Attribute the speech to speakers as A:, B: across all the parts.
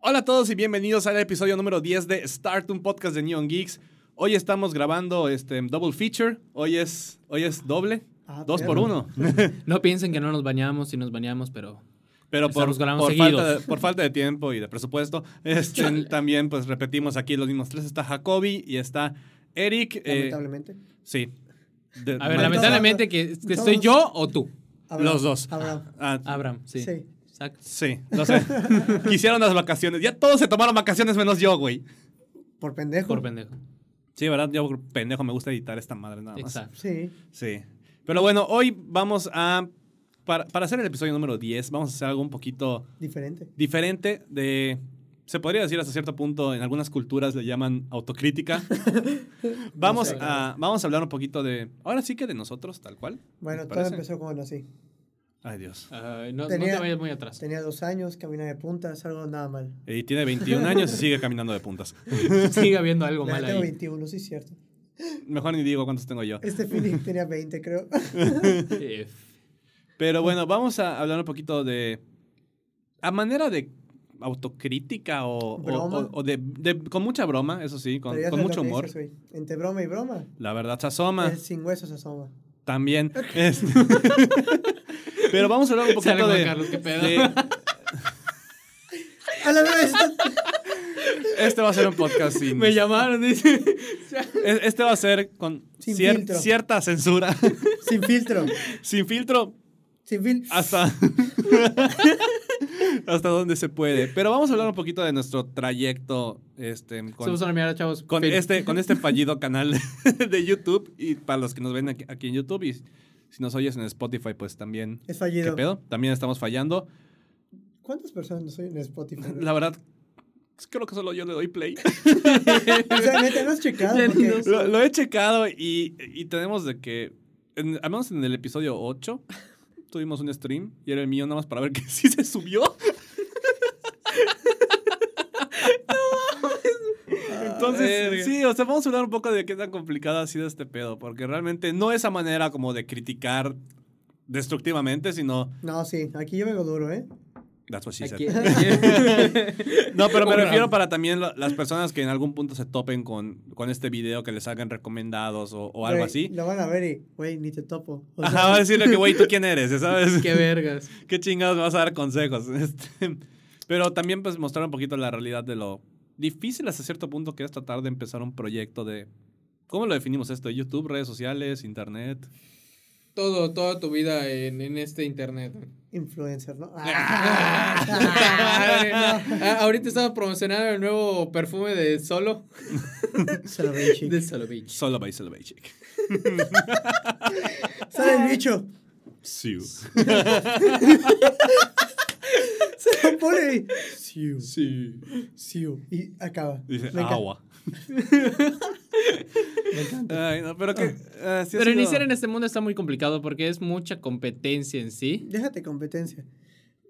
A: Hola a todos y bienvenidos al episodio número 10 de Start, un podcast de Neon Geeks. Hoy estamos grabando este double feature. Hoy es, hoy es doble.
B: Ah,
A: dos por
B: perro.
A: uno.
C: No piensen que no nos bañamos, si nos bañamos, pero
A: Pero por,
C: Estamos grabando
A: por falta de,
C: seguidos.
A: por falta de tiempo y de presupuesto, este, también pues repetimos aquí los mismos tres. Está Jacobi y está Eric. eh,
B: Lamentablemente.
A: sí. De-
C: a
A: mal-
C: ver,
B: lamentable-
C: lamentablemente que, que
B: todos-
C: soy yo o tú,
B: Abraham,
A: los dos.
B: Abraham.
A: Ah,
C: Abraham, sí.
B: Sí.
C: Exacto.
A: sí, no sé. Quisieron las vacaciones. Ya todos se tomaron vacaciones menos yo, güey.
B: Por pendejo.
C: Por pendejo.
A: Sí, ¿verdad? Yo, pendejo, me gusta editar esta madre nada más.
C: Exacto.
B: Sí.
A: Sí. Pero bueno, hoy vamos a. Para, para hacer el episodio número 10, vamos a hacer algo un poquito
B: Diferente.
A: diferente de. Se podría decir hasta cierto punto, en algunas culturas le llaman autocrítica. vamos,
B: No sé.
A: a, vamos a hablar un poquito de. Ahora sí que de nosotros, tal cual.
B: Bueno,
A: ¿les
B: todo
A: parece?
B: empezó cuando nací.
A: Ay, Dios.
C: Ay, no, no
B: Tenía-
C: te vayas muy atrás.
B: Tenía dos años, caminaba de puntas, algo nada mal.
A: Y tiene 21 años y sigue caminando de puntas.
C: Sigue habiendo algo
B: Ya
C: mal
B: tengo
C: ahí.
B: 21, sí es cierto.
A: Mejor ni digo cuántos tengo yo.
B: Este feeling tenía 20, creo.
C: F.
A: Pero bueno, vamos a hablar un poquito de. A manera de autocrítica o, o-
B: Broma.
A: o- o de, de- con mucha broma, eso sí, con,
B: Pero ya
A: con
B: sabes
A: mucho
B: lo que
A: humor.
B: dices, güey. Entre broma y broma,
A: La verdad se asoma
B: el sin huesos asoma.
A: también. Este- Pero vamos a hablar un
C: Sale
A: poquito
C: Juan
A: de,
C: Carlos, qué pedo.
A: de-
B: ¡A la vez!
A: Este va a ser un podcast sin.
C: Me llamaron, dice.
A: es- Este va a ser con
B: Sin
A: cier-
B: filtro.
A: cierta censura.
B: Sin filtro.
A: sin filtro
B: Sin filtro.
A: hasta. hasta donde se puede. Pero vamos a hablar un poquito de nuestro trayecto. Este, con-
C: Somos una mierda, chavos.
A: con
C: Fin.
A: este, con este fallido canal de YouTube y para los que nos ven aquí, aquí en YouTube y si nos oyes en Spotify, pues también.
B: Es
A: ¿Qué
B: fallido.
A: pedo? También estamos fallando.
B: ¿Cuántas personas no soy en Spotify? güey?
A: La verdad, pues creo que solo yo le doy play.
B: O sea, neta, no has checado
C: Ya
B: porque...
C: no-
A: Lo, lo he checado y, y tenemos de que, en- al menos en el episodio 8, tuvimos un stream y era el mío nada más para ver que sí se subió. Entonces,
B: Ah,
C: Verga.
A: sí, o sea, vamos a hablar un poco de qué tan complicado ha sido este pedo, porque realmente no esa manera como de criticar destructivamente, sino...
B: No, sí, aquí yo vengo duro, ¿eh?
A: That's what she said.
C: Aquí-
A: No, pero me
C: Hola.
A: refiero para también lo- las personas que en algún punto se topen con, con este video, que les hagan recomendados o, o algo
B: Güey,
A: así.
B: Lo van a ver y, güey, ni te topo. O
A: Ajá,
B: sea,
A: va a decirle que, güey, ¿tú quién eres? Ya ¿Sabes?
C: Qué vergas.
A: ¿Qué chingados me vas a dar consejos? Este, pero también, pues, mostrar un poquito la realidad de lo difícil hasta cierto punto que es tratar de empezar un proyecto de... ¿Cómo lo definimos esto? ¿YouTube, redes sociales, internet?
C: Todo, toda tu vida en, en este internet.
B: Influencer, ¿no?
C: Ah, ahorita estamos promocionando el nuevo perfume de Solo.
B: Se lo ven, chico.
C: De Solo Beach.
A: Solo by Solo by Chick.
B: Sale el bicho.
A: Siu.
B: Se lo pone y... Siu,
A: Sí.
B: siu. Y acaba.
A: Dice, "Ah,
B: Me encanta.
A: agua. Ay, no, pero que... ah, sí ha
C: Pero
A: sido-
C: iniciar en este mundo está muy complicado porque es mucha competencia en sí.
B: Déjate competencia.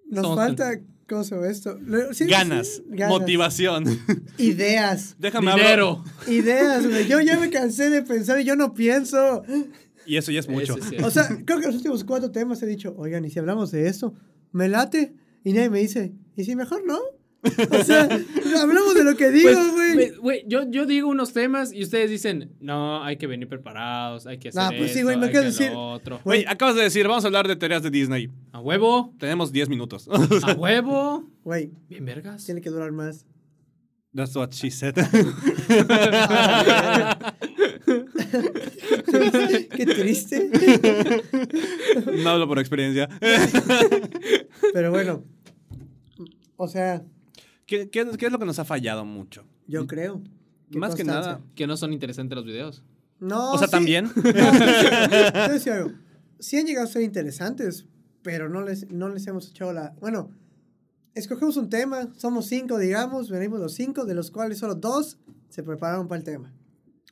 B: Nos
C: Somos
B: falta... ¿Cómo se ve esto? Lo- sí,
A: Ganas,
B: sí, ganas.
A: motivación.
B: Ideas.
A: Déjame hablar.
C: Dinero.
B: Ideas, güey. Yo ya me cansé de pensar y yo no pienso.
A: Y eso ya es mucho.
C: Eso sí.
B: O sea, creo que los últimos cuatro temas he dicho, oigan, ¿y si hablamos de eso? Me late. Y nadie me dice, ¿y si mejor no? O sea, hablamos de lo que digo,
C: Pues,
B: güey.
C: pues, güey, yo, yo digo unos temas y ustedes dicen, no, hay que venir preparados, hay que hacer
B: Nah, pues sí,
C: esto,
B: güey, no
C: hay
B: quiero
C: que
B: decir-
C: lo otro.
A: Güey, acabas de decir, vamos a hablar de teorías de Disney.
C: A huevo,
A: Tenemos 10 minutos.
C: a huevo.
B: Güey,
C: Bien vergas.
B: tiene que durar más.
A: That's what she said.
B: Qué triste.
A: no hablo por experiencia.
B: Pero bueno, o sea,
A: ¿Qué, qué, qué es lo que nos ha fallado mucho?
B: yo creo.
A: Mm, Más que
B: constancia.
A: nada.
C: Que no son interesantes los videos.
B: No,
A: O sea,
B: sí.
A: también.
B: Te voy a decir algo. Sí han llegado a ser interesantes, pero no les, no les hemos echado la... Bueno, escogemos un tema, somos cinco, digamos, venimos los cinco, de los cuales solo dos se prepararon para el tema.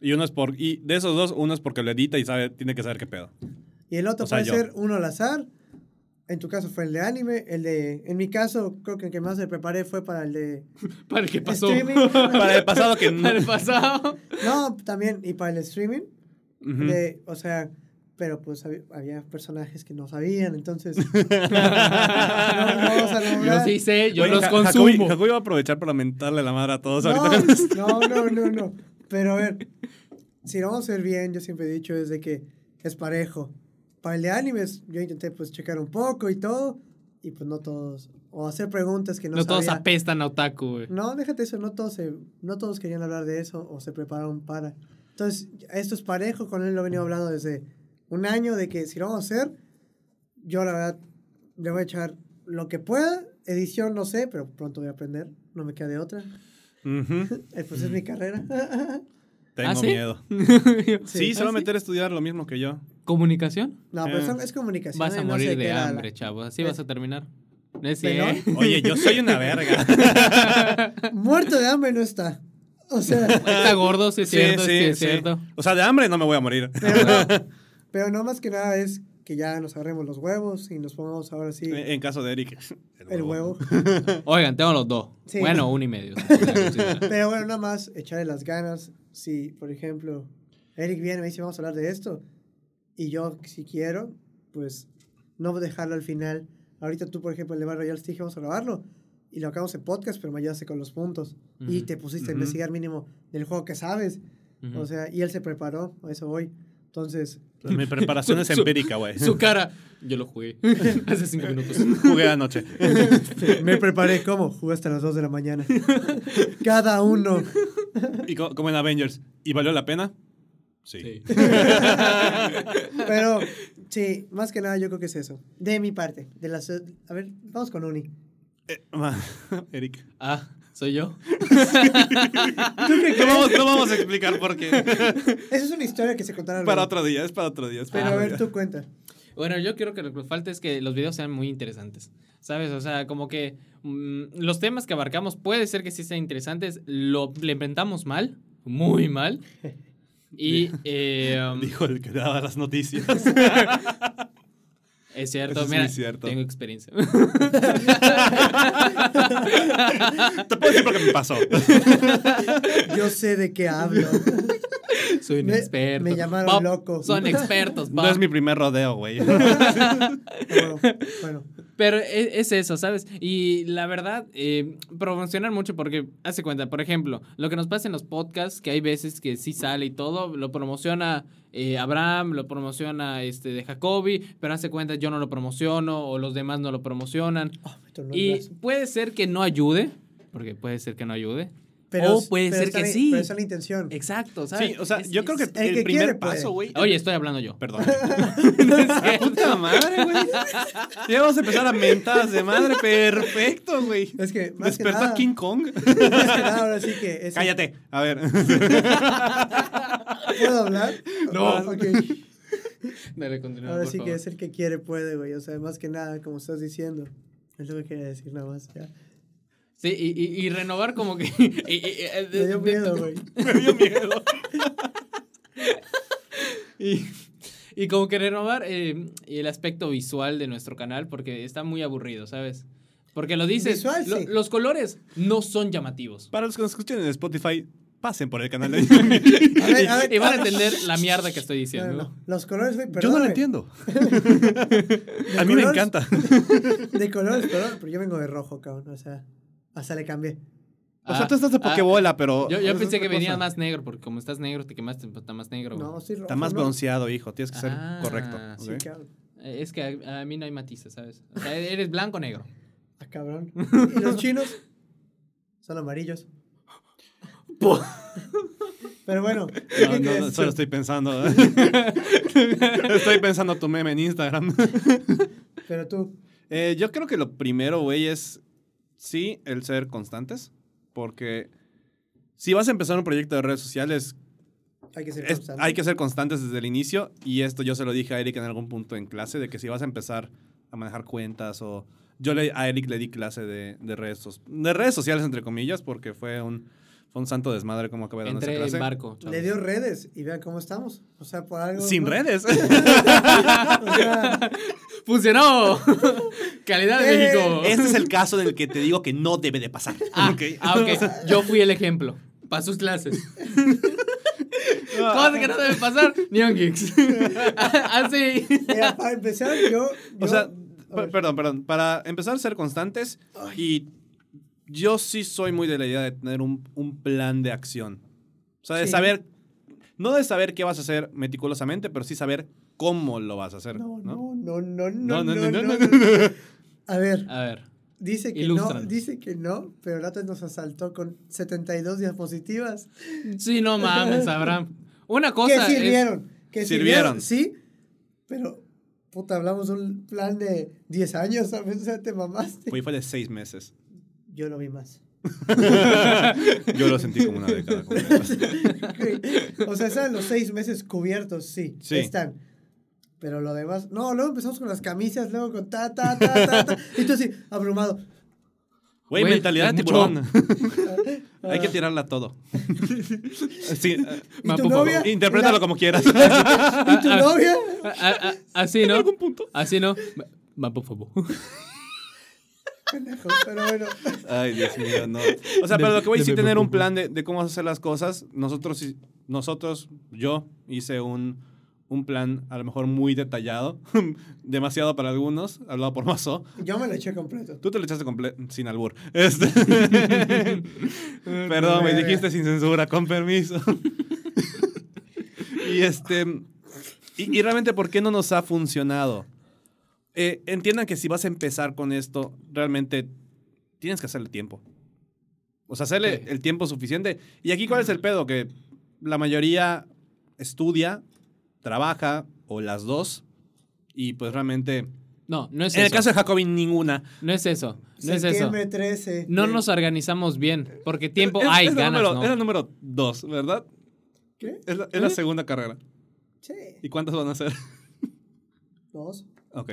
A: Y uno es por. Y de esos dos, uno es porque lo edita y sabe, tiene que saber qué pedo.
B: Y el otro
A: O sea,
B: puede
A: yo.
B: ser uno al azar. En tu caso fue el de anime, el de... En mi caso, creo que el que más me preparé fue para el de...
C: Para el que pasó.
B: Streaming.
A: Para el pasado que no.
C: Para el pasado.
B: No, también, y para el streaming.
A: Ujú.
B: de, o sea, pero pues hab- había personajes que no sabían, entonces... no, no vamos a
C: Yo
B: nombrar.
C: sí sé, yo
A: Oye,
C: los
A: Ja-
C: consumo.
A: Jacobi- Jacobi va a aprovechar para mentarle la madre a todos
B: no,
A: ahorita.
B: no, no, no, no. Pero a ver, si lo vamos a ver bien, yo siempre he dicho es de que es parejo. Para el de animes, yo intenté pues checar un poco y todo, y pues no todos, o hacer preguntas que no,
C: no todos
B: sabía.
C: apestan a otaku, güey.
B: No, déjate eso, no todos, se- no todos querían hablar de eso o se prepararon para. Entonces, esto es parejo, con él lo he venido hablando desde un año de que si lo vamos a hacer, yo la verdad le voy a echar lo que pueda, edición no sé, pero pronto voy a aprender, no me queda de otra.
A: Ujú.
B: Eh, pues es mi carrera.
A: Tengo
C: ¿Ah, sí?
A: miedo. Sí,
B: Sí.
A: se va a
C: ¿Ah, sí?
A: meter a estudiar lo mismo que yo.
C: ¿Comunicación?
B: No, pero
A: Eh.
B: son- es comunicación.
C: Ah, Vas
B: eh,
C: a
B: no
C: morir
B: sé qué
C: de
B: era la-
C: hambre, chavo. Así
B: Eh.
C: vas a terminar. No es
B: Pelón.
C: cierto.
A: Oye, yo soy una verga.
B: Muerto de hambre no está. O sea,
C: Está gordo, sí es cierto, sí, es
A: sí.
C: cierto.
A: O sea, de hambre no me voy a morir.
B: pero no, pero no más que nada es que ya nos agarremos los huevos y nos pongamos ahora sí
C: Eh,
A: En en caso de Eric.
B: el huevo.
C: Oigan, tengo los dos.
B: Sí.
C: Bueno, uno y medio.
B: Pero bueno, nada más echarle las ganas. Si, por ejemplo, Eric viene y me dice, vamos a hablar de esto. Y yo, si quiero, pues no dejarlo al final. Ahorita tú, por ejemplo, el de Bar Royal te dije, vamos a grabarlo. Y lo acabamos en podcast, pero me ayudaste con los puntos. Y
C: Ujú.
B: te pusiste a
A: Ujú.
B: investigar mínimo del juego que sabes.
C: Ujú.
B: O sea, y él se preparó, a eso voy. Entonces,
A: Mi preparación es empírica, güey.
C: Su cara. Yo lo jugué hace cinco minutos.
A: Jugué anoche.
B: me preparé como, jugué hasta las 2 de la mañana. Cada uno.
A: Y co- como en Avengers. ¿Y valió la pena?
C: Sí.
B: Pero sí, más que nada yo creo que es eso. De mi parte, de las a ver, vamos con Uni.
A: Eh, ma- Eric.
C: Ah, soy yo.
A: No vamos, no vamos a explicar por qué.
B: Esa es una historia que se contará
A: Para
B: luego.
A: otro Ah, día, es para otro día. es
B: Pero
A: para
B: a
A: otro
B: ver,
A: día.
B: tú cuenta.
C: Bueno, yo quiero que lo que falta es que los videos sean muy interesantes, ¿sabes? O sea, como que mm, los temas que abarcamos puede ser que sí sean interesantes, lo le inventamos mal, muy mal. Y eh, um,
A: Dijo el que daba las noticias.
C: es cierto,
A: eso es
C: mira,
A: muy cierto.
C: tengo experiencia.
A: Te puedo decir por qué me pasó.
B: Yo sé de qué hablo.
C: Soy un
B: Me-
C: experto.
B: me llamaron
C: Pop,
B: loco.
C: Son expertos,
A: No
C: pop.
A: es mi primer rodeo, güey.
B: Pero, bueno,
C: Pero e- es, eso, ¿sabes? Y la verdad, eh, promocionar mucho porque hace cuenta, por ejemplo, lo que nos pasa en los podcasts, que hay veces que sí sale y todo, lo promociona eh, Abraham, lo promociona este de Jacobi, pero hace cuenta yo no lo promociono o los demás no lo promocionan.
B: oh, me tornó el
C: y
B: brazo.
C: puede ser que no ayude, porque puede ser que no ayude. o oh, puede
B: pero
C: ser
B: está
C: que
B: la-
C: sí.
B: Pero esa es la intención.
C: Exacto, ¿sabes?
A: Sí, o sea,
C: Es-
A: yo creo que
C: es-
A: el,
B: el que
A: primer
B: quiere pues. puede.
A: paso, güey.
C: Oye, estoy hablando yo.
A: Perdón. Ah, puta madre, güey. Ya vamos a empezar a mentadas de madre. Perfecto, güey.
B: Es que más que
A: Despertó
B: nada,
A: a King Kong.
B: más que nada, ahora sí que es-
A: Cállate. A ver.
B: ¿Puedo hablar?
A: No.
B: Ah, ok.
C: Dale, continúa,
B: Ahora
C: por
B: sí que
C: favor.
B: es el que quiere puede, güey. O sea, más que nada, como estás diciendo. Es lo que quería decir nada más. Ya.
C: Sí, y, y- y renovar como que... y- eh, y- y-
B: Me dio miedo, güey.
A: Me dio miedo.
C: Y, y como que renovar eh, el aspecto visual de nuestro canal porque está muy aburrido, ¿sabes? Porque lo dices,
B: Visual,
C: lo-
B: sí.
C: los colores no son llamativos.
A: Para los que nos escuchan en Spotify, pasen por el canal de YouTube.
B: A ver, a ver.
C: Y van a entender la mierda que
B: No, ah.
C: estoy
B: no,
C: diciendo.
B: no. Los colores, güey,
A: Yo no lo
B: perdóname.
A: entiendo.
B: De
A: A mí me
B: colores-
A: encanta.
B: De colores, perdón, pero yo vengo de rojo, cabrón. O sea, hasta le cambié.
A: O sea,
C: Ah,
A: tú estás de
C: ah,
A: Pokébola, pero.
C: yo
A: eso
C: yo
A: es
C: pensé que
A: otra
C: venía
A: cosa.
C: más negro porque como estás negro te quemaste, pues, está más negro.
B: No,
C: güey.
B: sí, rojo.
A: Está más
B: ¿no?
A: bronceado, hijo. Tienes que ser
C: Ah,
A: correcto.
B: Sí,
A: ¿ok?
B: cabrón.
C: Eh, Es que a, a mí no hay matices, ¿sabes? O sea, eres blanco o negro.
B: Ah, cabrón. Y los chinos son amarillos. pero bueno, ¿qué
A: No, no,
B: querías
A: no,
B: decir?
A: solo estoy pensando. ¿eh? estoy pensando tu meme en Instagram.
B: Pero tú,
A: Eh, yo creo que lo primero, güey, es sí el ser constantes. Porque si vas a empezar un proyecto de redes sociales,
B: hay que ser
A: es-
B: constante.
A: hay que ser constantes desde el inicio. Y esto yo se lo dije a Eric en algún punto en clase, de que si vas a empezar a manejar cuentas o... Yo le- a Eric le di clase de, de redes, so- de redes sociales, entre comillas, porque fue un, fue un santo desmadre como acabé dando
C: Entré
A: esa
C: en
A: clase.
C: barco. chavos.
B: Le dio redes y vean cómo estamos. O sea, por algo.
A: Sin
B: ¿no?
A: redes.
B: O sea,
C: ¡Funcionó! Calidad de
B: Eh,
C: México.
A: Este es el caso en el que te digo que no debe de pasar.
C: Ah,
A: Ok.
C: ah, ok. Yo fui el ejemplo. Para sus clases. Cosa que no debe pasar. Neon Geeks. Ah, Así.
B: Mira, para empezar, yo. yo-
A: O sea,
B: a
A: per-
B: ver.
A: perdón, perdón. Para empezar a ser constantes, y yo sí soy muy de la idea de tener un, un plan de acción. O sea, de
B: Sí.
A: saber, no de saber qué vas a hacer meticulosamente, pero sí saber cómo lo vas a hacer.
B: No,
A: No,
B: no, no, no, no, no,
A: no, no,
B: no,
A: no,
B: no. A ver,
C: A ver.
B: dice que no,
C: Ilústranos.
B: dice que no, pero Lata nos asaltó con 72 diapositivas
C: Sí, no mames, Abraham. Una cosa.
B: que
C: es-
B: sirvieron, que
A: Sirvieron.
B: sirvieron, sí, pero puta, hablamos de un plan de 10 años, ¿sabes? O sea, te
C: Pues
B: mamaste.
A: Fue, fue de seis meses.
B: Yo lo vi más.
A: Yo lo sentí como una década. completa.
B: o sea, están los seis meses cubiertos, sí,
A: Sí.
B: están. Pero lo demás, no, luego empezamos con las camisas, luego con ta, ta, ta, ta, ta. Y tú así, abrumado.
A: Güey,
C: Güey,
A: mentalidad
C: es
A: de
C: mucho.
A: tiburón. Hay que tirarla todo. Sí, eh,
B: Ah, ¿Y
C: Mapu,
B: tu
C: por favor.
B: novia?
A: interprétalo
B: La-
A: como quieras.
B: ¿Y tu
C: Ah, ah.
B: novia?
C: A- a- a- así, ¿no?
A: algún punto?
C: Así, ¿no? Ma- ma- por favor.
B: Pendejo, pero bueno.
A: Ay, Dios mío, no. O sea,
C: De-
A: pero lo que voy a
C: de-
A: sí tener un plan de, de cómo hacer las cosas. Nosotros, sí- nosotros, yo hice un, un plan a lo mejor muy detallado, demasiado para algunos, hablado por Mazo.
B: Yo me lo eché completo.
A: Tú te lo echaste comple- sin albur. Este- Perdón, me
B: verga.
A: dijiste sin censura, con permiso. y este. Y, y realmente, ¿por qué no nos ha funcionado? Eh, entiendan que si vas a empezar con esto, realmente tienes que hacerle tiempo. O sea, hacerle
C: Sí.
A: el tiempo suficiente. Y aquí, ¿cuál es el pedo? Que la mayoría estudia, trabaja, o las dos, y pues realmente.
C: No, no es
A: en el
C: eso.
A: caso de Jacobin, ninguna.
C: No es eso. No es eso.
B: Septiembre 13.
C: No
B: ¿Qué?
C: nos organizamos bien. Porque tiempo
A: Es-
C: hay,
A: es la
C: ganas,
A: número-
C: ¿no? ¿Eh?
A: Es la número dos, ¿verdad?
B: ¿Qué?
A: Es la, es la segunda carrera.
B: Sí.
A: ¿Y cuántas van a ser?
B: Dos.
A: Ok.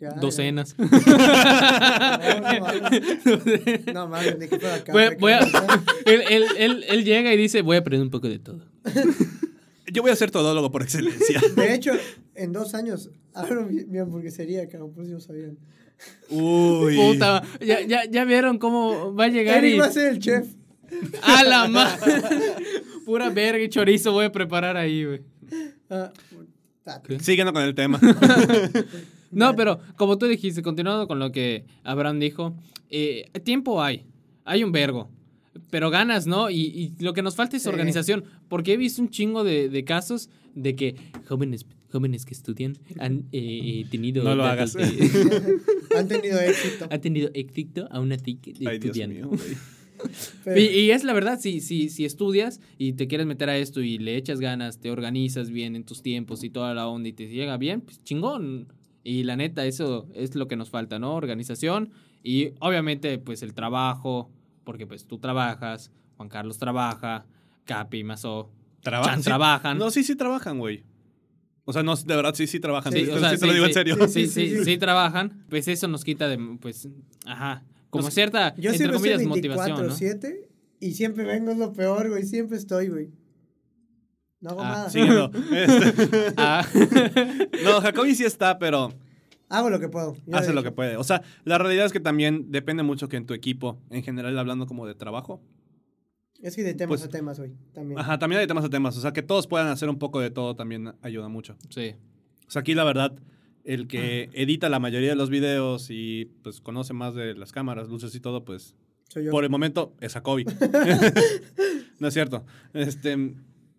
B: Ya, ya.
C: Docenas.
B: No, no mames. No mames, ni que fuera acá.
C: Voy- voy a- él, él, él, él llega y dice, voy a aprender un poco de todo.
A: Yo voy a ser todólogo por excelencia.
B: De hecho, en dos años abro mi, mi hamburguesería, cabrón, por si no pues, sabían.
A: Uy.
C: Puta, ya, ya, ya vieron cómo va a llegar y...
B: Eric va a ser el chef.
C: ¡A la madre! Pura verga y chorizo voy a preparar ahí, güey.
B: Ah, ta-
C: ¿Qué?
A: Síguenos con el tema.
C: No, pero como tú dijiste, continuando con lo que Abraham dijo, eh, tiempo hay, hay un vergo, pero ganas, ¿no? Y, y lo que nos falta es
B: Sí.
C: organización, porque he visto un chingo de, de casos de que jóvenes, jóvenes que estudian han eh, eh, tenido...
A: No lo
C: datos
A: hagas.
C: de-
B: Han tenido éxito.
C: han tenido éxito a una tic de
A: Ay, Dios
C: estudiante.
A: mío.
B: Pero-
C: Y, y es la verdad, si, si, si estudias y te quieres meter a esto y le echas ganas, te organizas bien en tus tiempos y toda la onda y te llega bien, pues chingón. Y la neta, eso es lo que nos falta, ¿no? Organización y obviamente pues el trabajo, porque pues tú trabajas, Juan Carlos trabaja, Capi, Mazo,
A: Trabajan,
C: Chan
A: sí.
C: trabajan.
A: No, sí, sí trabajan, güey. O sea, no, de verdad, sí, sí trabajan. Sí,
C: Sí, o sea,
A: te lo
C: sí,
A: digo en
C: sí.
A: serio.
C: Sí, sí, sí, trabajan, pues eso nos quita de, pues, ajá, como
A: Nos-
C: cierta,
B: Yo
C: entre
B: siempre
C: comillas,
B: soy
C: motivación, ¿no?
B: 24-7 y siempre vengo es lo peor, güey. Siempre estoy, güey. No hago
C: Ah,
B: nada.
A: Síguelo. Este,
C: Ah.
A: no, Jacobi sí está, pero
B: Hago lo que puedo. Ya
A: hace
B: de
A: lo
B: hecho.
A: que puede. O sea, la realidad es que también depende mucho que en tu equipo, en general, hablando como de trabajo,
B: Es que de temas
A: Pues-
B: a temas, güey. También.
A: Ajá, también hay temas a temas. O sea, que todos puedan hacer un poco de todo también ayuda mucho.
C: sí.
A: O sea, aquí la verdad, el que edita la mayoría de los videos y pues conoce más de las cámaras, luces y todo, pues
B: Soy yo.
A: por el momento es Jacobi. no es cierto. Este,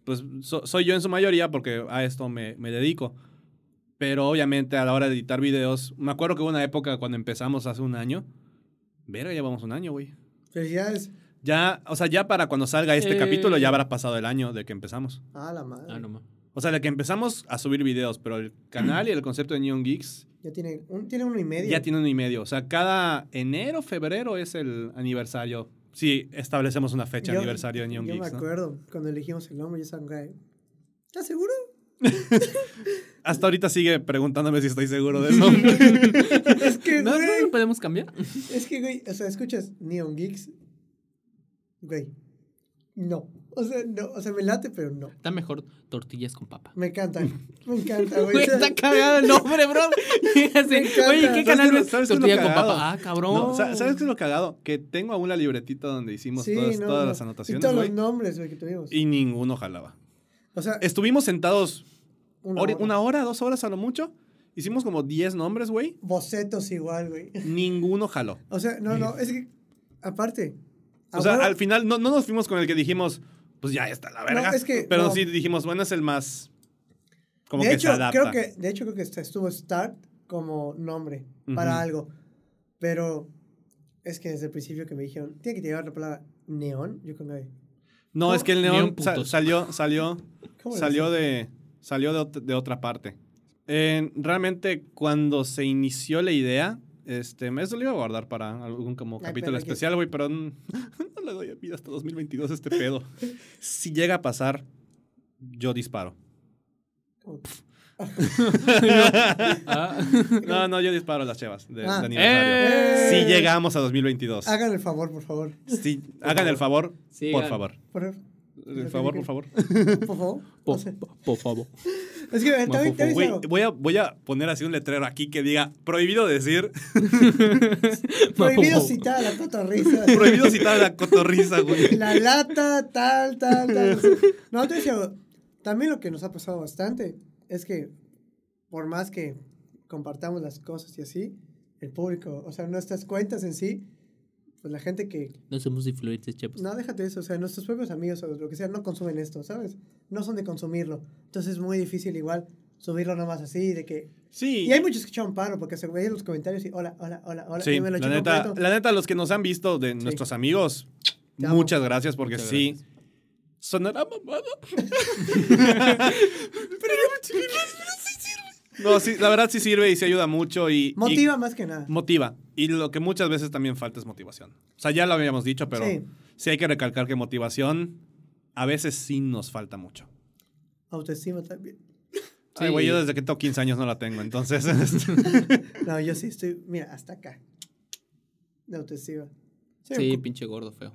A: pues so- soy yo en su mayoría porque a esto me, me dedico. Pero obviamente a la hora de editar videos, me acuerdo que hubo una época cuando empezamos hace un año. Verga, llevamos un año, güey.
B: Felicidades.
A: Ya, o sea, ya para cuando salga este
C: Eh.
A: capítulo ya habrá pasado el año de que empezamos.
B: Ah, la madre.
C: Ah, no, ma.
A: O sea, de que empezamos a subir videos, pero el canal y el concepto de Neon Geeks
B: Ya tiene, un, tiene uno y medio.
A: ya tiene uno y medio. O sea, cada enero, febrero es el aniversario. Sí, establecemos una fecha
B: Yo-
A: aniversario de Neon
B: Yo
A: Geeks.
B: me
A: ¿no?
B: acuerdo cuando elegimos el nombre, yo estaba güey. ¿Estás seguro?
A: Hasta ahorita sigue preguntándome si estoy seguro del nombre.
B: es que,
C: ¿No,
B: güey.
C: no lo podemos cambiar?
B: Es que, güey, o sea, escuchas Neon Geeks. Güey. No. O sea, no. O sea, me late, pero no.
C: Está mejor tortillas con papa.
B: Me encanta. Me encanta, güey.
C: Güey,
B: O sea,
C: está cagado el nombre, bro. Y así, Oye, ¿qué
B: ¿Sabes
C: canal
A: qué es lo-
C: ves?
A: sabes qué es lo
C: Tortilla con
A: cagado?
C: papa. Ah, cabrón.
A: No, sa- ¿Sabes qué es lo cagado? Que tengo aún la libretita donde hicimos
B: sí,
A: todas,
B: no,
A: todas
B: no.
A: las
B: Y
A: anotaciones,
B: todos
A: güey.
B: los nombres, güey, que tuvimos.
A: Y ninguno jalaba.
B: O sea,
A: Estuvimos sentados
B: una
A: hora-
B: hora.
A: una hora, dos horas a lo mucho. Hicimos como 10 nombres, güey.
B: bocetos igual, güey.
A: Ninguno jaló.
B: O sea, no, no, es que, aparte.
A: O sea,
B: ahora-
A: al final no, no nos fuimos con el que dijimos, pues ya está la verga.
B: es que,
A: Pero
B: no.
A: sí dijimos, bueno, es el más. Como
B: de
A: que
B: hecho,
A: se adapta.
B: Creo que, de hecho, creo que está- estuvo Start como nombre
A: Ujú.
B: para algo. Pero es que desde el principio que me dijeron, tiene que llevar la palabra neón. Yo como, de,
A: No, es que el
C: Neón
A: neón sa-
C: putos.
A: salió, salió,
B: ¿cómo le
A: salió de,
B: decís?
A: salió de, ot- de otra parte. Eh, realmente, cuando se inició la idea, este, eso lo iba a guardar para algún como
B: Ay,
A: capítulo
B: pero aquí-
A: especial, güey, pero mm, no le doy vida hasta 2022 a este pedo. si llega a pasar, yo disparo.
B: Como-
C: Ah.
A: No, no, yo disparo a las chevas de,
B: Ah.
A: de aniversario.
B: ¡Eh!
A: Si llegamos a 2022.
B: Hagan el favor, por favor.
A: Sí, hagan el favor,
C: Sigan.
A: por favor.
B: Por,
A: El favor, por favor.
B: por favor.
C: Po-
B: No sé.
C: po- Por favor.
B: Es que también, también
A: Güey,
B: algo.
A: voy, a, voy a poner así un letrero aquí que diga prohibido decir,
B: Prohibido
C: po-
B: citar a la puta risa.
A: prohibido citar a la cotorriza, güey.
B: La lata, tal, tal, tal. No, te decía, también lo que nos ha pasado bastante es que por más que compartamos las cosas y así, el público, o sea, nuestras cuentas en sí, pues la gente que, pues,
C: No somos influencers, chavos.
B: no, déjate eso, o sea, nuestros propios amigos o lo que sea, no consumen esto, ¿sabes? No son de consumirlo. Entonces es muy difícil igual subirlo nomás así, de que...
A: Sí,
B: Y hay muchos que echaron paro porque se veían los comentarios y hola, hola, hola, hola.
A: sí
B: y me lo
A: la,
B: eché
A: neta,
B: completo.
A: la neta, los que nos han visto de nuestros amigos,
B: Te amo.
A: muchas gracias porque
C: Muchas
A: sí. Sonará mamada. Pero no, sí, la verdad sí sirve y sí ayuda mucho y y-
B: Motiva más que nada.
A: Motiva. Y lo que muchas veces también falta es motivación. O sea, ya lo habíamos dicho, pero sí,
B: Sí.
A: hay que recalcar que motivación a veces sí nos falta mucho.
B: Autoestima también.
A: Ay,
C: Sí.
A: güey, yo desde que tengo 15 años no la tengo, entonces... este,
B: No, yo sí estoy, mira, hasta acá. De autoestima. Sí,
C: Sí,
B: cu-
C: pinche gordo feo.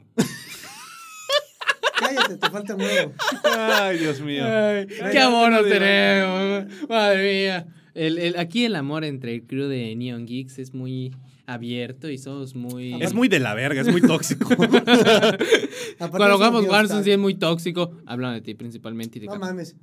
B: cállate, te falta un huevo.
A: Ay, Dios mío.
C: Ay, qué
A: ya
C: amor
A: no
C: nos
A: digo. ¿eh?
C: tenemos. Madre mía. El, el- aquí el amor entre el crew de Neon Geeks es muy abierto y somos muy.
A: Es muy de la verga, es muy tóxico.
B: Aparte,
C: Cuando jugamos
B: es un
C: Warzone sí
B: tío
C: es muy tóxico. Hablan de ti principalmente y de
B: No
C: Kat.
B: mames.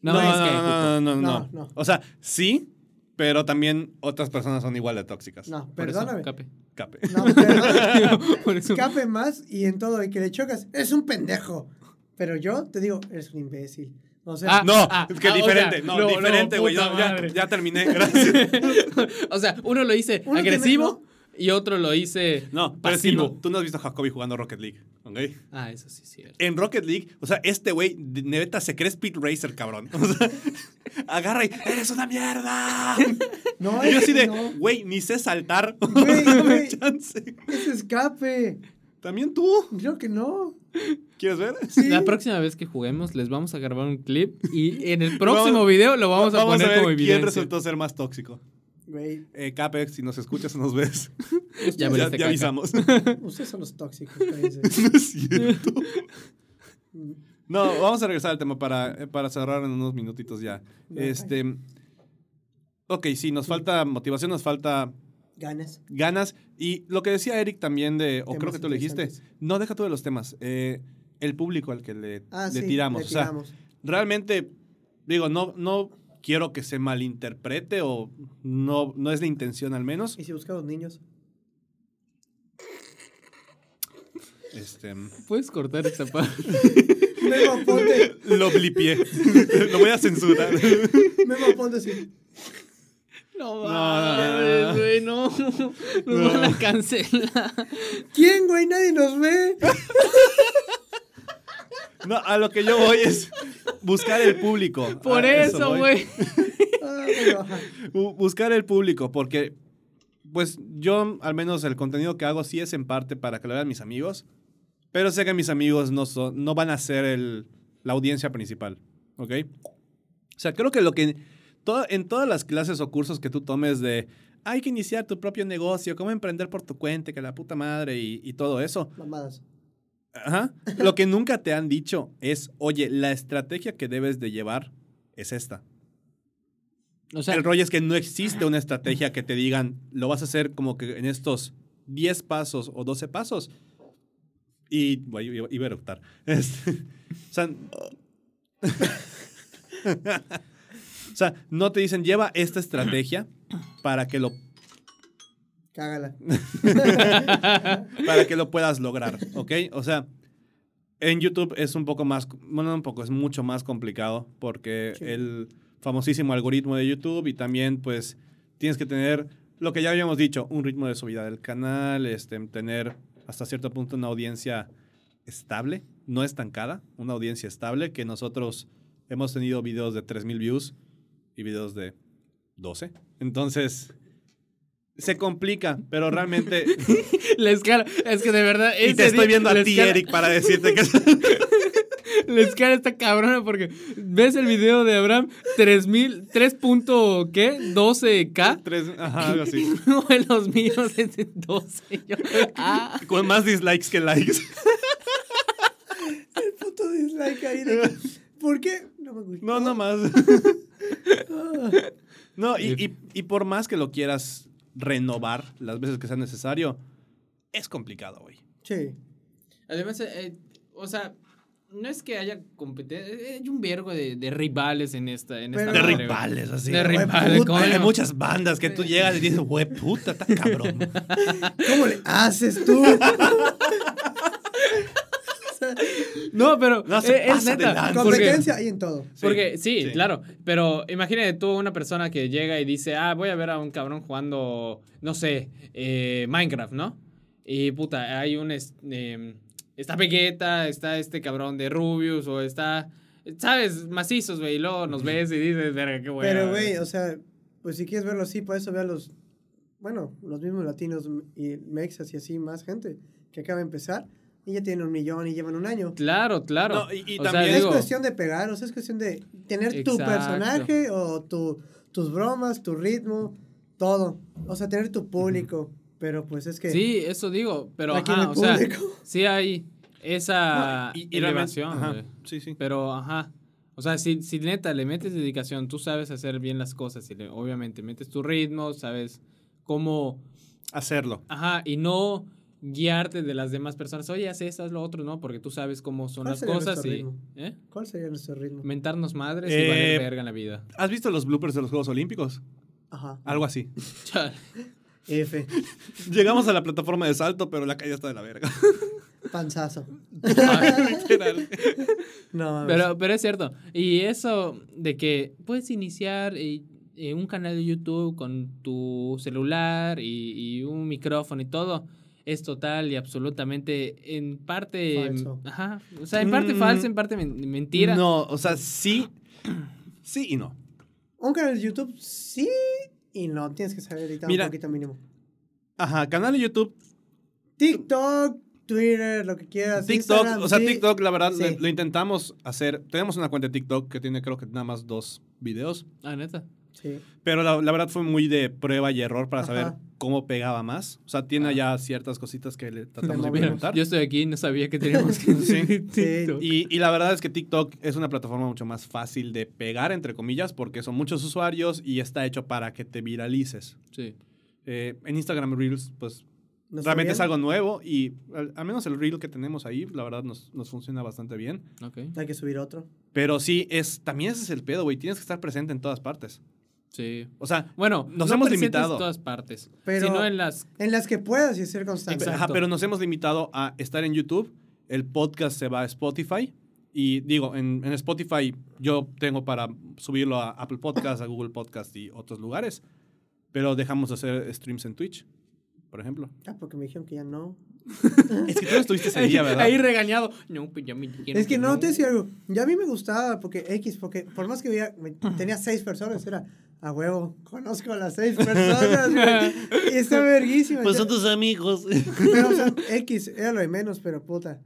C: No,
A: no,
C: es
A: no,
C: que.
A: no, no, no,
B: No,
A: no.
B: no.
A: O sea, sí, pero también otras personas son igual de tóxicas.
B: No,
C: Por eso,
B: perdóname.
C: Cape.
A: Cape.
B: No, perdóname.
C: Por eso.
B: Escape más y en todo el que le chocas, es un pendejo. Pero yo te digo, eres un imbécil. O sea,
C: Ah,
A: No,
C: ah,
A: es que
C: ah, o
A: diferente,
C: sea,
A: no,
C: no, no,
A: diferente, güey.
C: puta
A: no, ya,
C: madre.
A: ya terminé, gracias.
C: o sea, uno lo hice
B: Uno tiene-
C: agresivo y otro lo hice
A: No, pero sí,
C: pasivo.
A: no, tú no has visto a Jacoby jugando Rocket League, ¿ok?
C: Ah, eso sí es cierto.
A: en Rocket League, o sea, este güey, de- neta, se cree Speed Racer, cabrón. O sea, agarra y, ¡eres una mierda!
B: no
A: Y yo
B: es
A: así de,
B: no,
A: güey, ni sé saltar.
B: Güey,
A: Dame
B: güey.
A: chance.
B: es escape.
A: También tú.
B: Creo que no.
A: ¿Quieres ver?
B: Sí.
C: La próxima vez que juguemos les vamos a grabar un clip y en el próximo video lo vamos a poner
A: ver
C: como evidencia.
A: quién resultó ser más tóxico.
B: Güey,
A: Eh, Capex, si nos escuchas o nos ves,
C: Ya,
A: ya,
C: verás
A: ya
C: caca.
A: avisamos.
B: ustedes son los tóxicos. Mm, parece.
A: no es cierto. No, vamos a regresar al tema para, eh, para cerrar en unos minutitos ya. Este, ok, sí, nos falta motivación, nos falta
B: Ganas.
A: ganas. Y lo que decía Eric también de, o
B: Temas
A: creo que tú lo dijiste,
B: interesantes.
A: no deja tú de los temas, eh, el público al que le,
B: Ah,
A: le
B: sí,
A: tiramos.
B: le
A: O sea,
B: tiramos.
A: realmente, digo, no, no quiero que se malinterprete o no, no es la intención al menos.
B: y si buscamos niños,
A: Este,
C: Puedes cortar esa parte.
B: Memo ponte,
A: lo blipié, lo voy a censurar.
B: Memo ponte así.
C: No,
A: No,
C: mames, güey, no. Nos
A: No.
C: van a cancelar.
B: ¿Quién, güey? Nadie nos ve.
A: No, a lo que yo voy es buscar el público.
C: Por
A: A
C: eso,
A: voy.
C: güey.
B: Ah, bueno, ajá.
A: Bu- buscar el público, porque pues yo al menos el contenido que hago sí es en parte para que lo vean mis amigos, pero sé que mis amigos no, son, no van a ser el, la audiencia principal, ¿ok? O sea, creo que lo que todo, en todas las clases o cursos que tú tomes de hay que iniciar tu propio negocio, cómo emprender por tu cuenta, que la puta madre y, y todo eso,
B: Mamadas.
A: ajá, lo que nunca te han dicho es, oye, la estrategia que debes de llevar es esta.
C: O sea,
A: El rollo es que no existe una estrategia que te digan, lo vas a hacer como que en estos 10 pasos o 12 pasos. Y, güey, iba iba a eructar. Este, o sea, O sea, no te dicen, lleva esta estrategia para que lo,
B: Cágala.
A: para que lo puedas lograr, ¿ok? O sea, en YouTube es un poco más, bueno, no un poco, es mucho más complicado porque
B: Sí.
A: el famosísimo algoritmo de YouTube y también, pues, tienes que tener lo que ya habíamos dicho, un ritmo de subida del canal, este, tener hasta cierto punto una audiencia estable, no estancada, una audiencia estable que nosotros hemos tenido videos de 3000 views y videos de 12. Entonces, se complica, pero realmente
C: La escala, es que de verdad.
A: y
C: ese
A: te estoy
C: día-
A: viendo a
C: la
A: ti,
C: escala-
A: Eric, para decirte que
C: La escala está cabrona porque ves el video de Abraham, 3000, 3. punto, ¿qué? 12K.
A: tres, ajá, algo así.
C: No, en los míos es de 12. Yo, ah.
A: Con más dislikes que likes.
B: Puto dislike ahí. de- ¿Por qué? No me gustó.
A: No, no más. No, y, y- y por más que lo quieras renovar las veces que sea necesario, es complicado, güey.
B: Sí.
C: Además, eh, o sea, no es que haya competencia. Hay un vergo de, de rivales en esta. En
B: Pero-
C: esta
A: De
C: madre, güey.
A: rivales, así.
C: De
A: güey,
C: rivales,
A: puta, Hay
C: coño.
A: muchas bandas que tú llegas y dices, güey, puta, está cabrón.
B: ¿Cómo le haces tú? O sea,
C: No, pero.
A: No se
C: eh, es
A: pasa de
C: neta.
A: lanza.
C: porque-
B: competencia hay en todo.
A: Sí,
C: Porque sí,
A: sí.
C: claro, pero imagínate tú una persona que llega y dice, ah, voy a ver a un cabrón jugando, no sé, eh, Minecraft, ¿no? Y puta, hay un... es- eh, está Vegeta, está este cabrón de Rubius o está... ¿Sabes? Macizos, güey. Y luego nos ves y dices, verga, qué bueno.
B: Pero, güey, o sea, pues si quieres verlo así, para eso ve a los, bueno, los mismos latinos y mexas y así, más gente que acaba de empezar y ya tienen un millón y llevan un año.
C: Claro, claro.
A: No, y- y
C: O sea,
A: también-
B: es
C: digo,
B: cuestión de pegar, o sea, es cuestión de tener tu
C: Exacto.
B: personaje o tu, tus bromas, tu ritmo, todo. O sea, tener tu público. Pero pues es que.
C: Sí, eso digo, pero
B: Aquí en
C: ajá,
B: el
C: o sea,
B: público.
C: sí hay esa
A: Y- y realmente-
C: elevación,
A: ajá,
C: güey.
A: Sí, sí.
C: Pero, ajá. O sea, si, si neta le metes dedicación, tú sabes hacer bien las cosas. Y le- obviamente metes tu ritmo, sabes cómo.
A: Hacerlo.
C: Ajá, y no guiarte de las demás personas. Oye, haz esto, haz lo otro, ¿no? Porque tú sabes cómo son
B: ¿Cuál
C: las
B: sería
C: cosas
B: nuestro
C: y.
B: ritmo?
C: ¿eh?
B: ¿Cuál sería nuestro ritmo?
C: Mentarnos madres y
A: Eh,
C: valer verga en la vida.
A: ¿Has visto los bloopers de los Juegos Olímpicos?
B: Ajá.
A: Algo así.
C: Chale.
B: F.
A: Llegamos a la plataforma de salto, pero la calle está de la verga.
B: Panzazo.
A: Literal.
B: No, mames.
C: Pero, pero es cierto. Y eso de que puedes iniciar eh, eh, un canal de YouTube con tu celular y, y un micrófono y todo es total y absolutamente en parte
B: Falso.
C: ajá o sea en parte
A: Mm.
C: falso en parte men- mentira
A: No, o sea, sí. Sí y no.
B: Un canal de YouTube sí y no. Tienes que saber editar
A: Mira.
B: un poquito mínimo.
A: Ajá, canal de YouTube,
B: TikTok, Twitter, lo que quieras.
A: TikTok,
B: Instagram,
A: o sea,
B: sí.
A: TikTok, la verdad,
B: Sí.
A: le- lo intentamos hacer. Tenemos una cuenta de TikTok que tiene creo que nada más dos videos,
C: ah neta
B: Sí.
A: pero la, la verdad fue muy de prueba y error para
B: Ajá.
A: saber cómo pegaba más. O sea, tiene ya ciertas cositas que le tratamos de
B: movimos.
C: Mira,
A: implementar.
C: yo estoy aquí y no sabía que teníamos que
A: Sí.
C: TikTok.
A: Y, y la verdad es que TikTok es una plataforma mucho más fácil de pegar, entre comillas, porque son muchos usuarios y está hecho para que te viralices.
C: Sí.
A: Eh, en Instagram Reels, pues
B: ¿Nos fue
A: realmente
B: bien?
A: es algo nuevo y al, al menos el reel que tenemos ahí, la verdad, nos, nos funciona bastante bien.
C: ok
B: Hay que subir otro.
A: Pero sí, es, también ese es el pedo, güey. Tienes que estar presente en todas partes.
C: sí
A: O sea,
C: bueno
A: Nos
C: no
A: hemos
C: presentes
A: limitado.
C: en todas partes
B: Pero-
C: sino en las
B: En las que puedas y ser constante.
C: Exacto.
A: ajá, pero nos hemos limitado a estar en YouTube. El podcast se va a Spotify. Y digo, en, en Spotify yo tengo para subirlo a Apple Podcast, a Google Podcast y otros lugares. Pero dejamos de hacer streams en Twitch, por ejemplo.
B: Ah, porque me dijeron que ya no.
A: Es que tú no estuviste ese día, Este ¿verdad?
C: ahí regañado no pues ya me dijeron
B: Es que no, te decía algo. Ya a mí me gustaba porque X, porque por más que veía, me- tenía seis personas, era a huevo, conozco a las seis personas, güey. Y está verguísima.
A: Pues son tus amigos.
B: Pero, o sea, X era lo de menos, pero puta.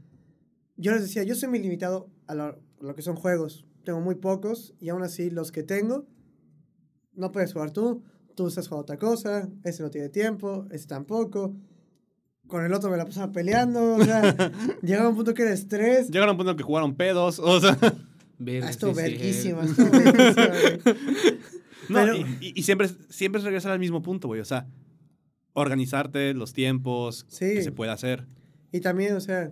B: Yo les decía, yo soy muy limitado a lo, lo que son juegos. Tengo muy pocos y aún así los que tengo, no puedes jugar tú. Tú estás jugando otra cosa, ese no tiene tiempo, ese tampoco. Con el otro me la pasaba peleando, o sea, llegaba un punto que era estrés.
A: Llegaron a un punto en que jugaron pedos. O sea.
C: Verga,
B: Ah,
C: sí
B: estuvo
C: es
B: verguísima,
C: cierto.
B: estuvo verguísima, güey.
A: No,
B: Pero-
A: y, y- y siempre, siempre es regresar al mismo punto, güey. O sea, organizarte los tiempos
B: Sí.
A: que se puede hacer.
B: Y también, o sea,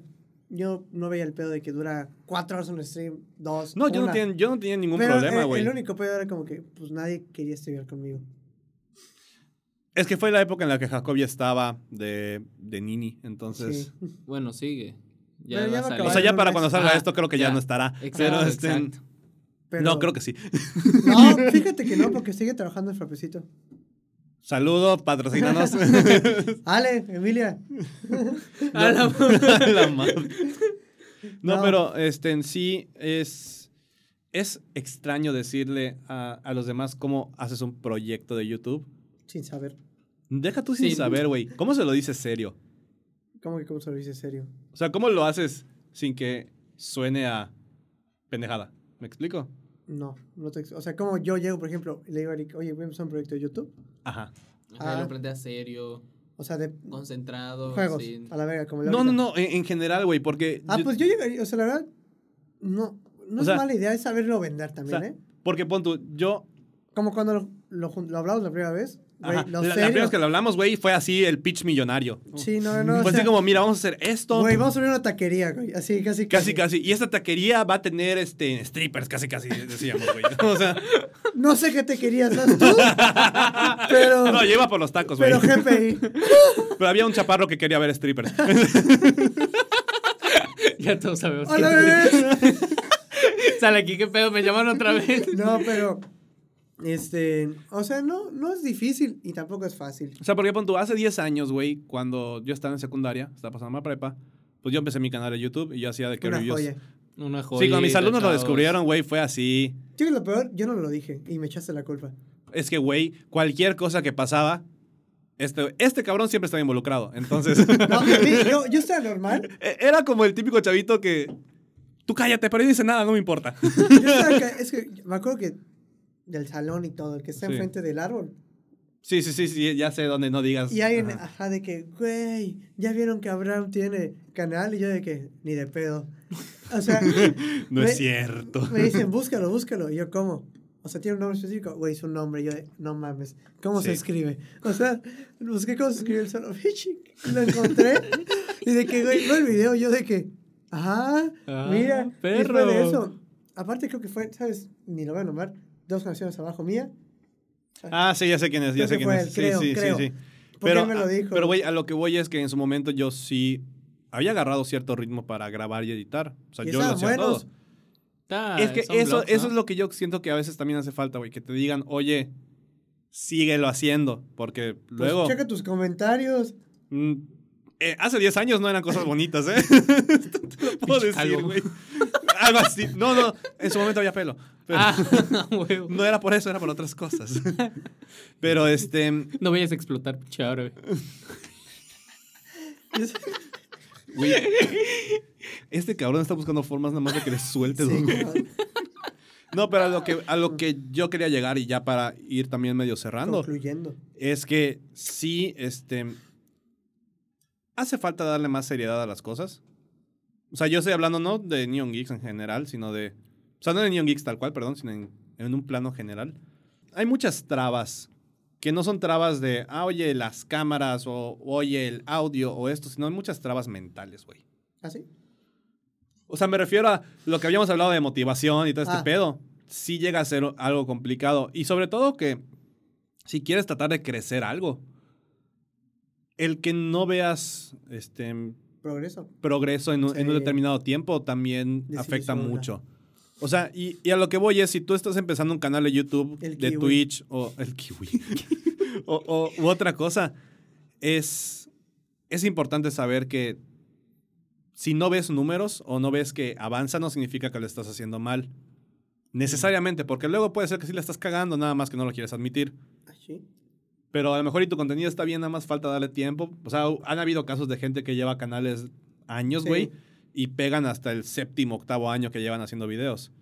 B: Yo no veía el pedo de que dura cuatro horas un stream, dos.
A: No, yo no,
B: una.
A: tenía, yo no tenía ningún
B: Pero,
A: problema,
B: eh,
A: güey.
B: El único pedo era como que, pues nadie quería estudiar conmigo.
A: Es que fue la época en la que Jacob ya estaba de, de Nini, entonces...
B: Sí.
C: Bueno, sigue. Ya
B: Pero
C: va
B: ya
C: a
B: va a
C: salir.
A: O sea, ya para cuando salga
C: Ah,
A: esto creo que ya,
C: ya.
A: no estará.
C: Exacto,
A: pero este,
C: exacto.
B: Pero-
A: No, creo que sí.
B: No, fíjate que no, porque sigue trabajando en Frapecito.
A: Saludos, patrocinanos.
B: Ale, Emilia.
C: A la-
A: La madre. No,
B: No.
A: pero este en sí es es extraño decirle a, a los demás cómo haces un proyecto de YouTube.
B: Sin saber.
A: Deja tú sin
C: Sí.
A: saber, güey. ¿Cómo se lo dices serio?
B: ¿Cómo que cómo se lo dice serio?
A: O sea, ¿cómo lo haces sin que suene a pendejada? ¿Me explico?
B: No, no te ex- O sea, como yo llego, por ejemplo, y le digo a Eric, oye, voy a empezar un proyecto de YouTube.
A: Ajá.
C: Ajá,
B: Ah.
C: lo plantea serio,
B: O sea, de
C: concentrado.
B: juegos.
C: sin-
B: A la verga, como le
A: No,
B: Pues ahorita.
A: no, no, en, en general, güey, porque
B: Ah,
A: yo-
B: pues yo llegaría, o sea, la verdad, no, no
A: O
B: es
A: sea-
B: mala idea es saberlo vender
A: o
B: también,
A: sea,
B: ¿eh?
A: porque pon tú, yo
B: Como cuando lo, lo jun- lo hablamos la primera vez, güey,
A: ajá,
B: lo
A: la, la
B: serio-
A: primera vez que lo hablamos, güey, fue así el pitch millonario.
B: Sí, no, no, o
A: Fue así
B: sea,
A: como, mira, vamos a hacer esto.
B: Güey, vamos a abrir una taquería, güey, así, casi,
A: Casi, casi. Y esta taquería va a tener este, strippers, casi, casi, decíamos, güey. O sea,
B: No sé qué te querías, ¿sabes tú? pero,
A: no, lleva por los tacos, Pues, güey.
B: pero
A: Pero,
B: GPI.
A: había un chaparro que quería ver strippers.
C: Ya todos sabemos.
B: Hola,
C: que-
B: bebés.
C: Sale aquí, qué pedo, me llaman otra vez.
B: No, pero, este, o sea, no, no es difícil y tampoco es fácil.
A: O sea, porque pon tú, hace 10 años, güey, cuando yo estaba en secundaria, estaba pasando la prepa, pues yo empecé mi canal de YouTube y yo hacía de que
B: Una
A: reviews.
B: joya.
C: Una joya.
A: Sí, cuando mis alumnos lo descubrieron, güey, fue así.
B: Yo lo peor, yo no lo dije y me echaste la culpa.
A: Es que, güey, cualquier cosa que pasaba, este, este cabrón siempre estaba involucrado. Entonces,
B: No, sí, yo, yo estaba normal,
A: e- era como el típico chavito que, tú cállate, pero yo no hice nada, no me importa.
B: Yo estaba acá, es que me acuerdo que del salón y todo, el que está
A: Sí.
B: enfrente del árbol.
A: Sí, sí, sí, sí, ya sé dónde no digas.
B: Y alguien,
A: Ajá.
B: ajá. de que, güey, ya vieron que Abraham tiene canal y yo de que, ni de pedo. O sea,
A: No
B: me-
A: es cierto.
B: Me dicen, búscalo, búscalo. Y yo, ¿cómo? O sea, tiene un nombre específico. Güey, su nombre. Y Yo, de, no mames. ¿Cómo se
A: Sí.
B: escribe? O sea, busqué cómo se escribe el solo. Y lo encontré. y de que, güey, no el video. Yo de que, ah,
C: Ah,
B: mira. Y fue
C: perro.
B: de eso. Aparte, creo que fue, ¿sabes? Ni lo voy a nombrar. Dos canciones abajo mía.
A: Ah, sí, ya sé quién es, ya
B: Creo
A: sé
B: que
A: quién
B: fue
A: es.
B: él, creo,
A: sí, sí,
B: creo.
A: sí, sí.
B: Porque
A: Pero,
B: él me lo
A: ah,
B: dijo.
A: pero güey, a lo que voy es que en su momento yo sí había agarrado cierto ritmo para grabar y editar. O sea,
B: Y
A: yo lo
B: estaban
A: hacía
B: buenos.
A: todo.
C: Ah,
A: es que eso, eso es lo que yo siento que a veces también hace falta, güey, que te digan, oye, síguelo haciendo, porque
B: Pues,
A: luego...
B: checa tus comentarios.
A: mm, eh, hace 10 años no eran cosas bonitas, ¿eh? Esto te lo puedo
C: Pinche
A: decir,
C: calvo.
A: güey. Algo así. No, no, en su momento había pelo. Pero
C: Ah, huevo.
A: No era por eso, era por otras cosas. Pero este,
C: No vayas a explotar, pinche árabe.
A: Güey, este cabrón está buscando formas nada más de que le sueltes.
B: Sí,
A: los-
B: cabrón.
A: No, pero a lo, que, a lo que yo quería llegar y ya para ir también medio cerrando,
B: concluyendo.
A: es que sí, este, hace falta darle más seriedad a las cosas. O sea, yo estoy hablando no de Neon Geeks en general, sino de... O sea, no de Neon Geeks tal cual, perdón, sino en, en un plano general. Hay muchas trabas que no son trabas de, ah, oye, las cámaras o oye, el audio o esto, sino hay muchas trabas mentales, güey.
B: ¿Así?
A: O sea, me refiero a lo que habíamos hablado de motivación y todo este
B: Ah.
A: pedo. Sí llega a ser algo complicado. Y sobre todo que si quieres tratar de crecer algo, el que no veas este
B: Progreso.
A: progreso en un, en un
B: Sí.
A: determinado tiempo también afecta
B: Desilusiona.
A: mucho. O sea, y, y a lo que voy es, si tú estás empezando un canal de YouTube,
B: El
A: de
B: kiwi.
A: Twitch o el kiwi, o, o- u otra cosa, es, es importante saber que si no ves números o no ves que avanza, no significa que lo estás haciendo mal. Necesariamente, porque luego puede ser que sí la estás cagando, nada más que no lo quieres admitir.
B: ¿Así?
A: Pero a lo mejor y tu contenido está bien, nada más falta darle tiempo. O sea, han habido casos de gente que lleva canales años,
B: Sí.
A: güey, y pegan hasta el séptimo, octavo año que llevan haciendo videos.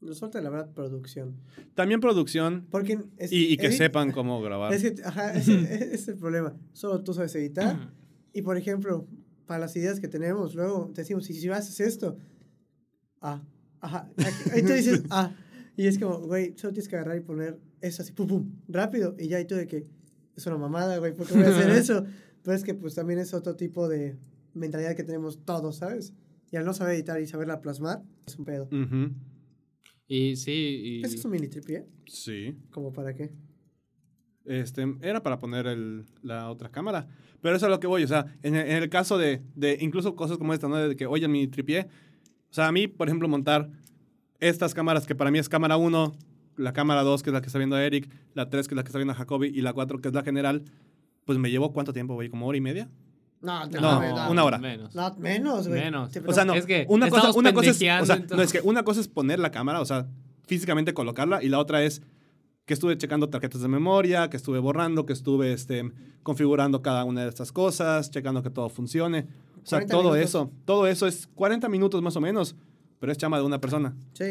B: Nos falta la verdad producción.
A: También producción
B: Porque es-
A: y, y que
B: edit-
A: sepan cómo grabar.
B: Es que, ajá, ese- ese es el problema. Solo tú sabes editar. Y por ejemplo, para las ideas que tenemos, luego te decimos, y si haces esto, ah, ajá. Ahí tú dices, ah. Y es como, güey, solo tienes que agarrar y poner eso así, pum, pum, rápido. Y ya, y tú de que es una mamada, güey, ¿por qué voy a hacer eso? Pero es que, pues también es otro tipo de mentalidad que tenemos todos, ¿sabes? Y al no saber editar y saberla plasmar, es un pedo.
A: Ujú.
C: Y sí, y-
B: ¿Ese es un mini tripié?
A: Sí.
B: ¿Como para qué?
A: Este, era para poner el- la otra cámara. Pero eso es a lo que voy. O sea, en el, en el caso de, de incluso cosas como esta, ¿no? De que, oye, mi tripié. O sea, a mí, por ejemplo, montar estas cámaras, que para mí es cámara 1, la cámara 2, que es la que está viendo Eric, la 3, que es la que está viendo Jacobi, y la 4, que es la general, pues me llevó cuánto tiempo, güey, como hora y media.
B: No, te
A: No,
B: mames, no.
A: una hora.
C: Menos.
B: No, menos, güey.
C: Menos.
B: Te-
A: O sea, no.
C: Es que
A: una cosa,
C: estamos
A: una cosa es,
C: pendejeando,
A: o sea,
C: entonces.
A: no, es que una cosa es poner la cámara, o sea, físicamente colocarla, y la otra es que estuve checando tarjetas de memoria, que estuve borrando, que estuve este, configurando cada una de estas cosas, checando que todo funcione. O sea,
B: 40
A: todo
B: minutos.
A: eso, todo eso es 40 minutos más o menos, pero es chama de una persona.
B: Sí.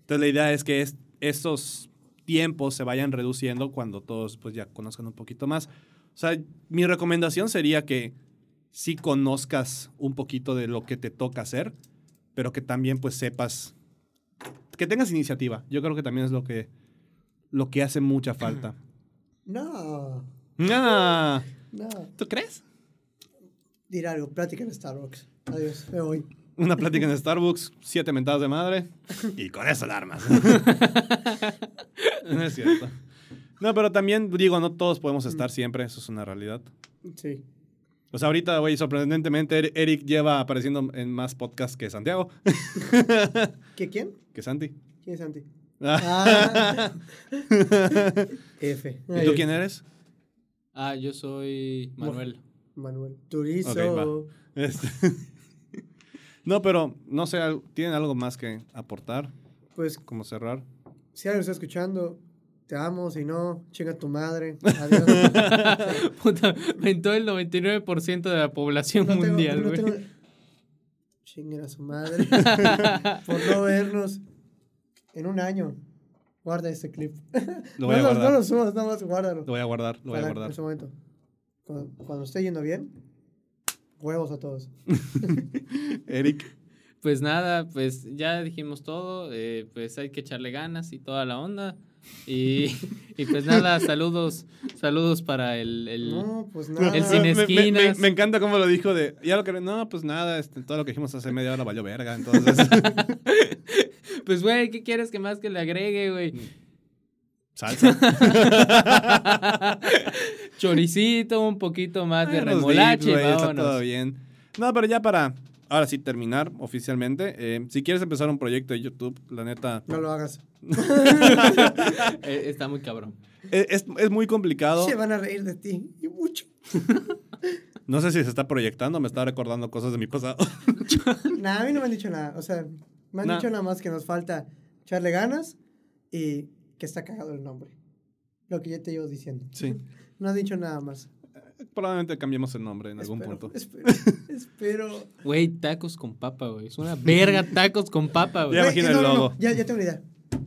A: Entonces la idea es que es- estos tiempos se vayan reduciendo cuando todos pues ya conozcan un poquito más. O sea, mi recomendación sería que sí conozcas un poquito de lo que te toca hacer, pero que también pues sepas que tengas iniciativa. Yo creo que también es lo que lo que hace mucha falta.
B: No,
A: ¡Ah!
B: no.
A: ¿Tú crees?
B: Diré algo, plática en Starbucks. Adiós, me voy.
A: Una plática en Starbucks, siete mentadas de madre y con eso la armas. no es cierto. No, pero también digo, no todos podemos estar
B: Mm.
A: siempre, eso es una realidad.
B: Sí.
A: O sea, ahorita, güey, sorprendentemente, Er- Eric lleva apareciendo en más podcasts que Santiago,
B: ¿Qué, quién?
A: que Santi.
B: ¿Quién es Santi?
A: Ah.
B: Ah. F.
A: ¿Y tú quién eres?
C: Ah, yo soy Manuel.
B: Manuel. Turizo.
A: Ok, Este. No, pero no sé, al- ¿tienen algo más que aportar?
B: Pues
A: ¿Cómo cerrar?
B: si alguien está escuchando, te amo, si no, chinga tu madre. Adiós.
C: Puta, mentó el 99% de la población
B: No tengo-
C: mundial,
B: no
C: güey.
B: tengo- Chinguen a su madre. por no vernos en un año. Guarda este clip.
A: Lo voy a
B: no, los- no
A: guardar.
B: lo subas, nada más guárdalo.
A: Lo voy a guardar, lo voy a
B: Para-
A: guardar.
B: En su momento. Cuando, cuando esté yendo bien, huevos a todos.
A: Eric,
C: Pues nada, pues ya dijimos todo, eh, pues hay que echarle ganas y toda la onda. Y, y pues nada, saludos, saludos para el... el-
B: No, pues nada.
C: El cine- sin
A: Me- me- me-
C: esquinas.
A: Me, encanta cómo lo dijo de. Ya lo que. No, pues nada, este, todo lo que dijimos hace media hora valió verga. Entonces,
C: Pues güey, ¿qué quieres que más que le agregue, güey?
A: salsa.
C: Choricito, un poquito más de
A: Unos dips,
C: remolacha y
A: güey, está
C: vámonos.
A: todo bien. No, pero ya para. Ahora sí, terminar oficialmente. eh, si quieres empezar un proyecto de YouTube, la neta.
B: No lo hagas.
C: Eh, está muy cabrón.
A: Es, eh, es- es muy complicado.
B: Se van a reír de ti. Y mucho.
A: No sé si se está proyectando, me está recordando cosas de mi pasado.
B: Nada, a mí no me han dicho nada. O sea, me han
A: Nah.
B: dicho nada más que nos falta echarle ganas y que está cagado el nombre. Lo que ya te llevo diciendo.
A: Sí.
B: No han dicho nada más.
A: Probablemente cambiemos el nombre en algún
B: Espero,
A: punto.
B: Espero, espero.
C: Güey, tacos con papa, güey. Es una verga tacos con papa, güey.
A: Ya
B: Güey,
A: imagino el logo.
B: ya, ya tengo una idea.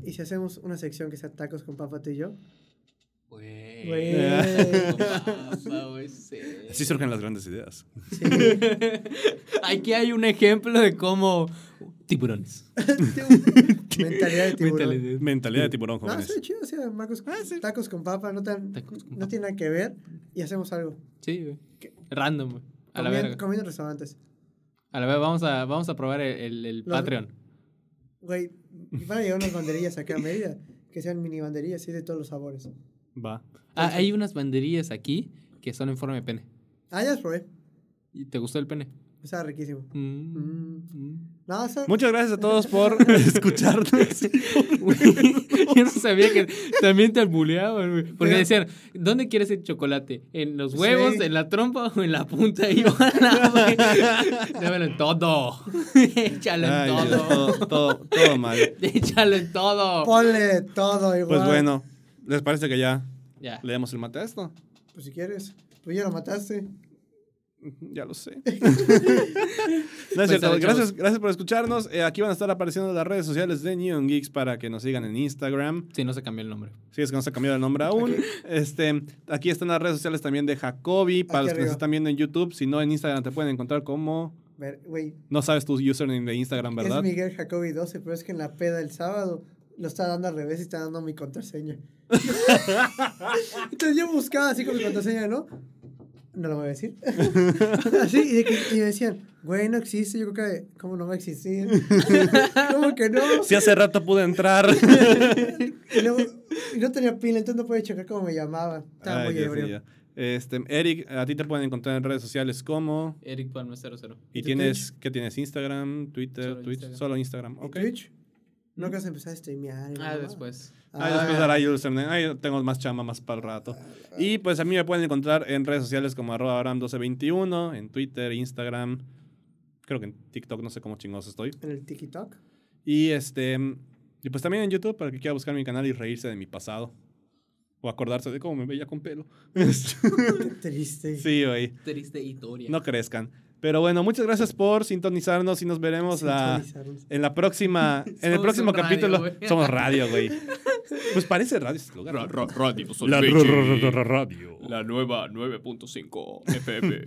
B: ¿Y si hacemos una sección que sea tacos con papá tú y yo?
C: Güey.
B: Güey.
C: Con papa, güey. sí.
A: Así surgen las grandes ideas.
C: Aquí hay un ejemplo de cómo tiburones.
B: Mentalidad de tiburón.
C: Mentalidad.
A: Mentalidad de tiburón,
B: No,
A: jóvenes.
B: está chido, o sea, Marcos, tacos con papa, no, tan-
C: Ah, Tacos con
B: no
C: papa.
B: tiene nada que ver y hacemos algo.
C: Sí, güey. Random, güey. A la
B: Comien-
C: verga.
B: comiendo en restaurantes.
C: A la verga, vamos a, vamos a probar el, el- el
B: Los-
C: Patreon.
B: Güey, van a llegar unas banderillas acá a medida que sean mini banderillas, así de todos los sabores.
A: Va.
C: Ah, hay unas banderillas aquí que son en forma de pene.
B: Ah, ya los probé.
C: ¿Y ¿Te gustó el pene?
B: Estaba riquísimo.
C: Mm,
B: Mm.
C: mm.
B: No, está-
A: Muchas gracias a todos por escucharnos.
C: Yo no sabía que también te albuleaban, güey. Porque
B: Pero-
C: decían, ¿dónde quieres el chocolate? ¿En los huevos,
B: Sí.
C: en la trompa o en la punta? Y yo, "A la verga". Dámelo en todo. Échalo en
A: Ay, Dios,
C: todo.
A: todo, todo, todo mal.
C: Échalo en todo.
B: Ponle todo igual.
A: Pues bueno, ¿les parece que ya
C: Ya.
A: le damos el mate a esto?
B: Pues si quieres. Tú ya lo mataste.
A: Ya lo sé. no es cierto.
C: Pues dale,
A: Gracias,
C: chavos.
A: gracias por escucharnos. Eh, aquí van a estar apareciendo las redes sociales de Neon Geeks para que nos sigan en Instagram.
C: Sí, no se cambió el nombre.
A: Si es que no se ha cambiado el nombre aún. Este, aquí están las redes sociales también de Jacobi. Para
B: Aquí
A: los que nos
B: arriba.
A: están viendo en YouTube, si no en Instagram te pueden encontrar como.
B: Ver, Güey,
A: No sabes tu username de Instagram, ¿verdad?
B: es Miguel Jacobi 12, pero es que en la peda el sábado lo está dando al revés y está dando mi contraseña. Entonces yo buscaba así con mi contraseña, ¿no? no lo voy a decir. Así, y, de que- y me decían, güey, no existe. Yo creo que, ¿cómo no va a existir? ¿Cómo que no?
A: Si hace rato pude entrar.
B: Y luego, y no tenía pila, entonces no podía checar cómo me llamaba. Estaba
A: Ay,
B: muy
A: Dios
B: ebrio.
A: mío. Este, Eric, a ti te pueden encontrar en redes sociales como.
C: Eric Palma 00.
A: Y
B: ¿Y tu
A: tienes, ¿qué tienes? Instagram, Twitter,
C: Solo
A: Twitch,
C: Instagram.
A: solo Instagram.
B: ¿Y
A: Ok.
B: Twitch? No que vas a empezar a streamear. y la
C: Ah,
B: mamá.
C: después.
A: Ahí
B: Ah,
A: después dará username. Ahí tengo más chamba más para el rato. Y pues a mí me pueden encontrar en redes sociales como arroba abraham1221, en Twitter, Instagram, creo que en TikTok, no sé cómo chingados estoy.
B: En el TikTok.
A: Y este y pues también en YouTube para el que quiera buscar mi canal y reírse de mi pasado. O acordarse de cómo me veía con pelo.
B: Qué triste.
A: sí, güey.
C: Triste historia.
A: No crezcan. Pero bueno, muchas gracias por sintonizarnos y nos veremos la,
B: Sintonizaron.
A: en la próxima, en el
C: Somos
A: próximo
C: un radio,
A: capítulo.
C: güey.
A: Somos radio, güey. Pues parece radio este lugar.
D: Ra-
A: ¿no?
D: ra- radio, soy
A: La
D: Peche.
A: radio.
D: La nueva 9.5 FM.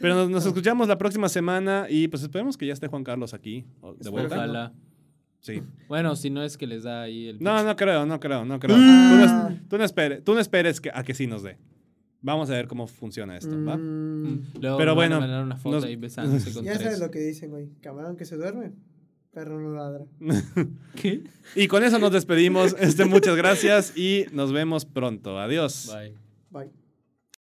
A: Pero nos, nos escuchamos la próxima semana y pues esperemos que ya esté Juan Carlos aquí o- de vuelta.
C: Ojalá.
A: Sí.
C: Bueno, si no es que les da ahí el.
A: No,
C: pinche-
A: no creo, no creo, no creo. Tú no,
B: Ah.
A: es- tú no esperes, tú no esperes que, a que sí nos dé. Vamos a ver cómo funciona esto, ¿va?
B: Mm,
C: Mm.
A: Pero
C: Luego me van a
A: bueno,
C: mandar una foto
A: nos-
C: ahí besándose con
B: Ya
C: tres.
B: sabes lo que dicen, güey. Camarón que se duerme, perro no ladra.
C: ¿Qué?
A: Y con eso nos despedimos. Este, muchas gracias y nos vemos pronto. Adiós.
C: Bye.
B: Bye.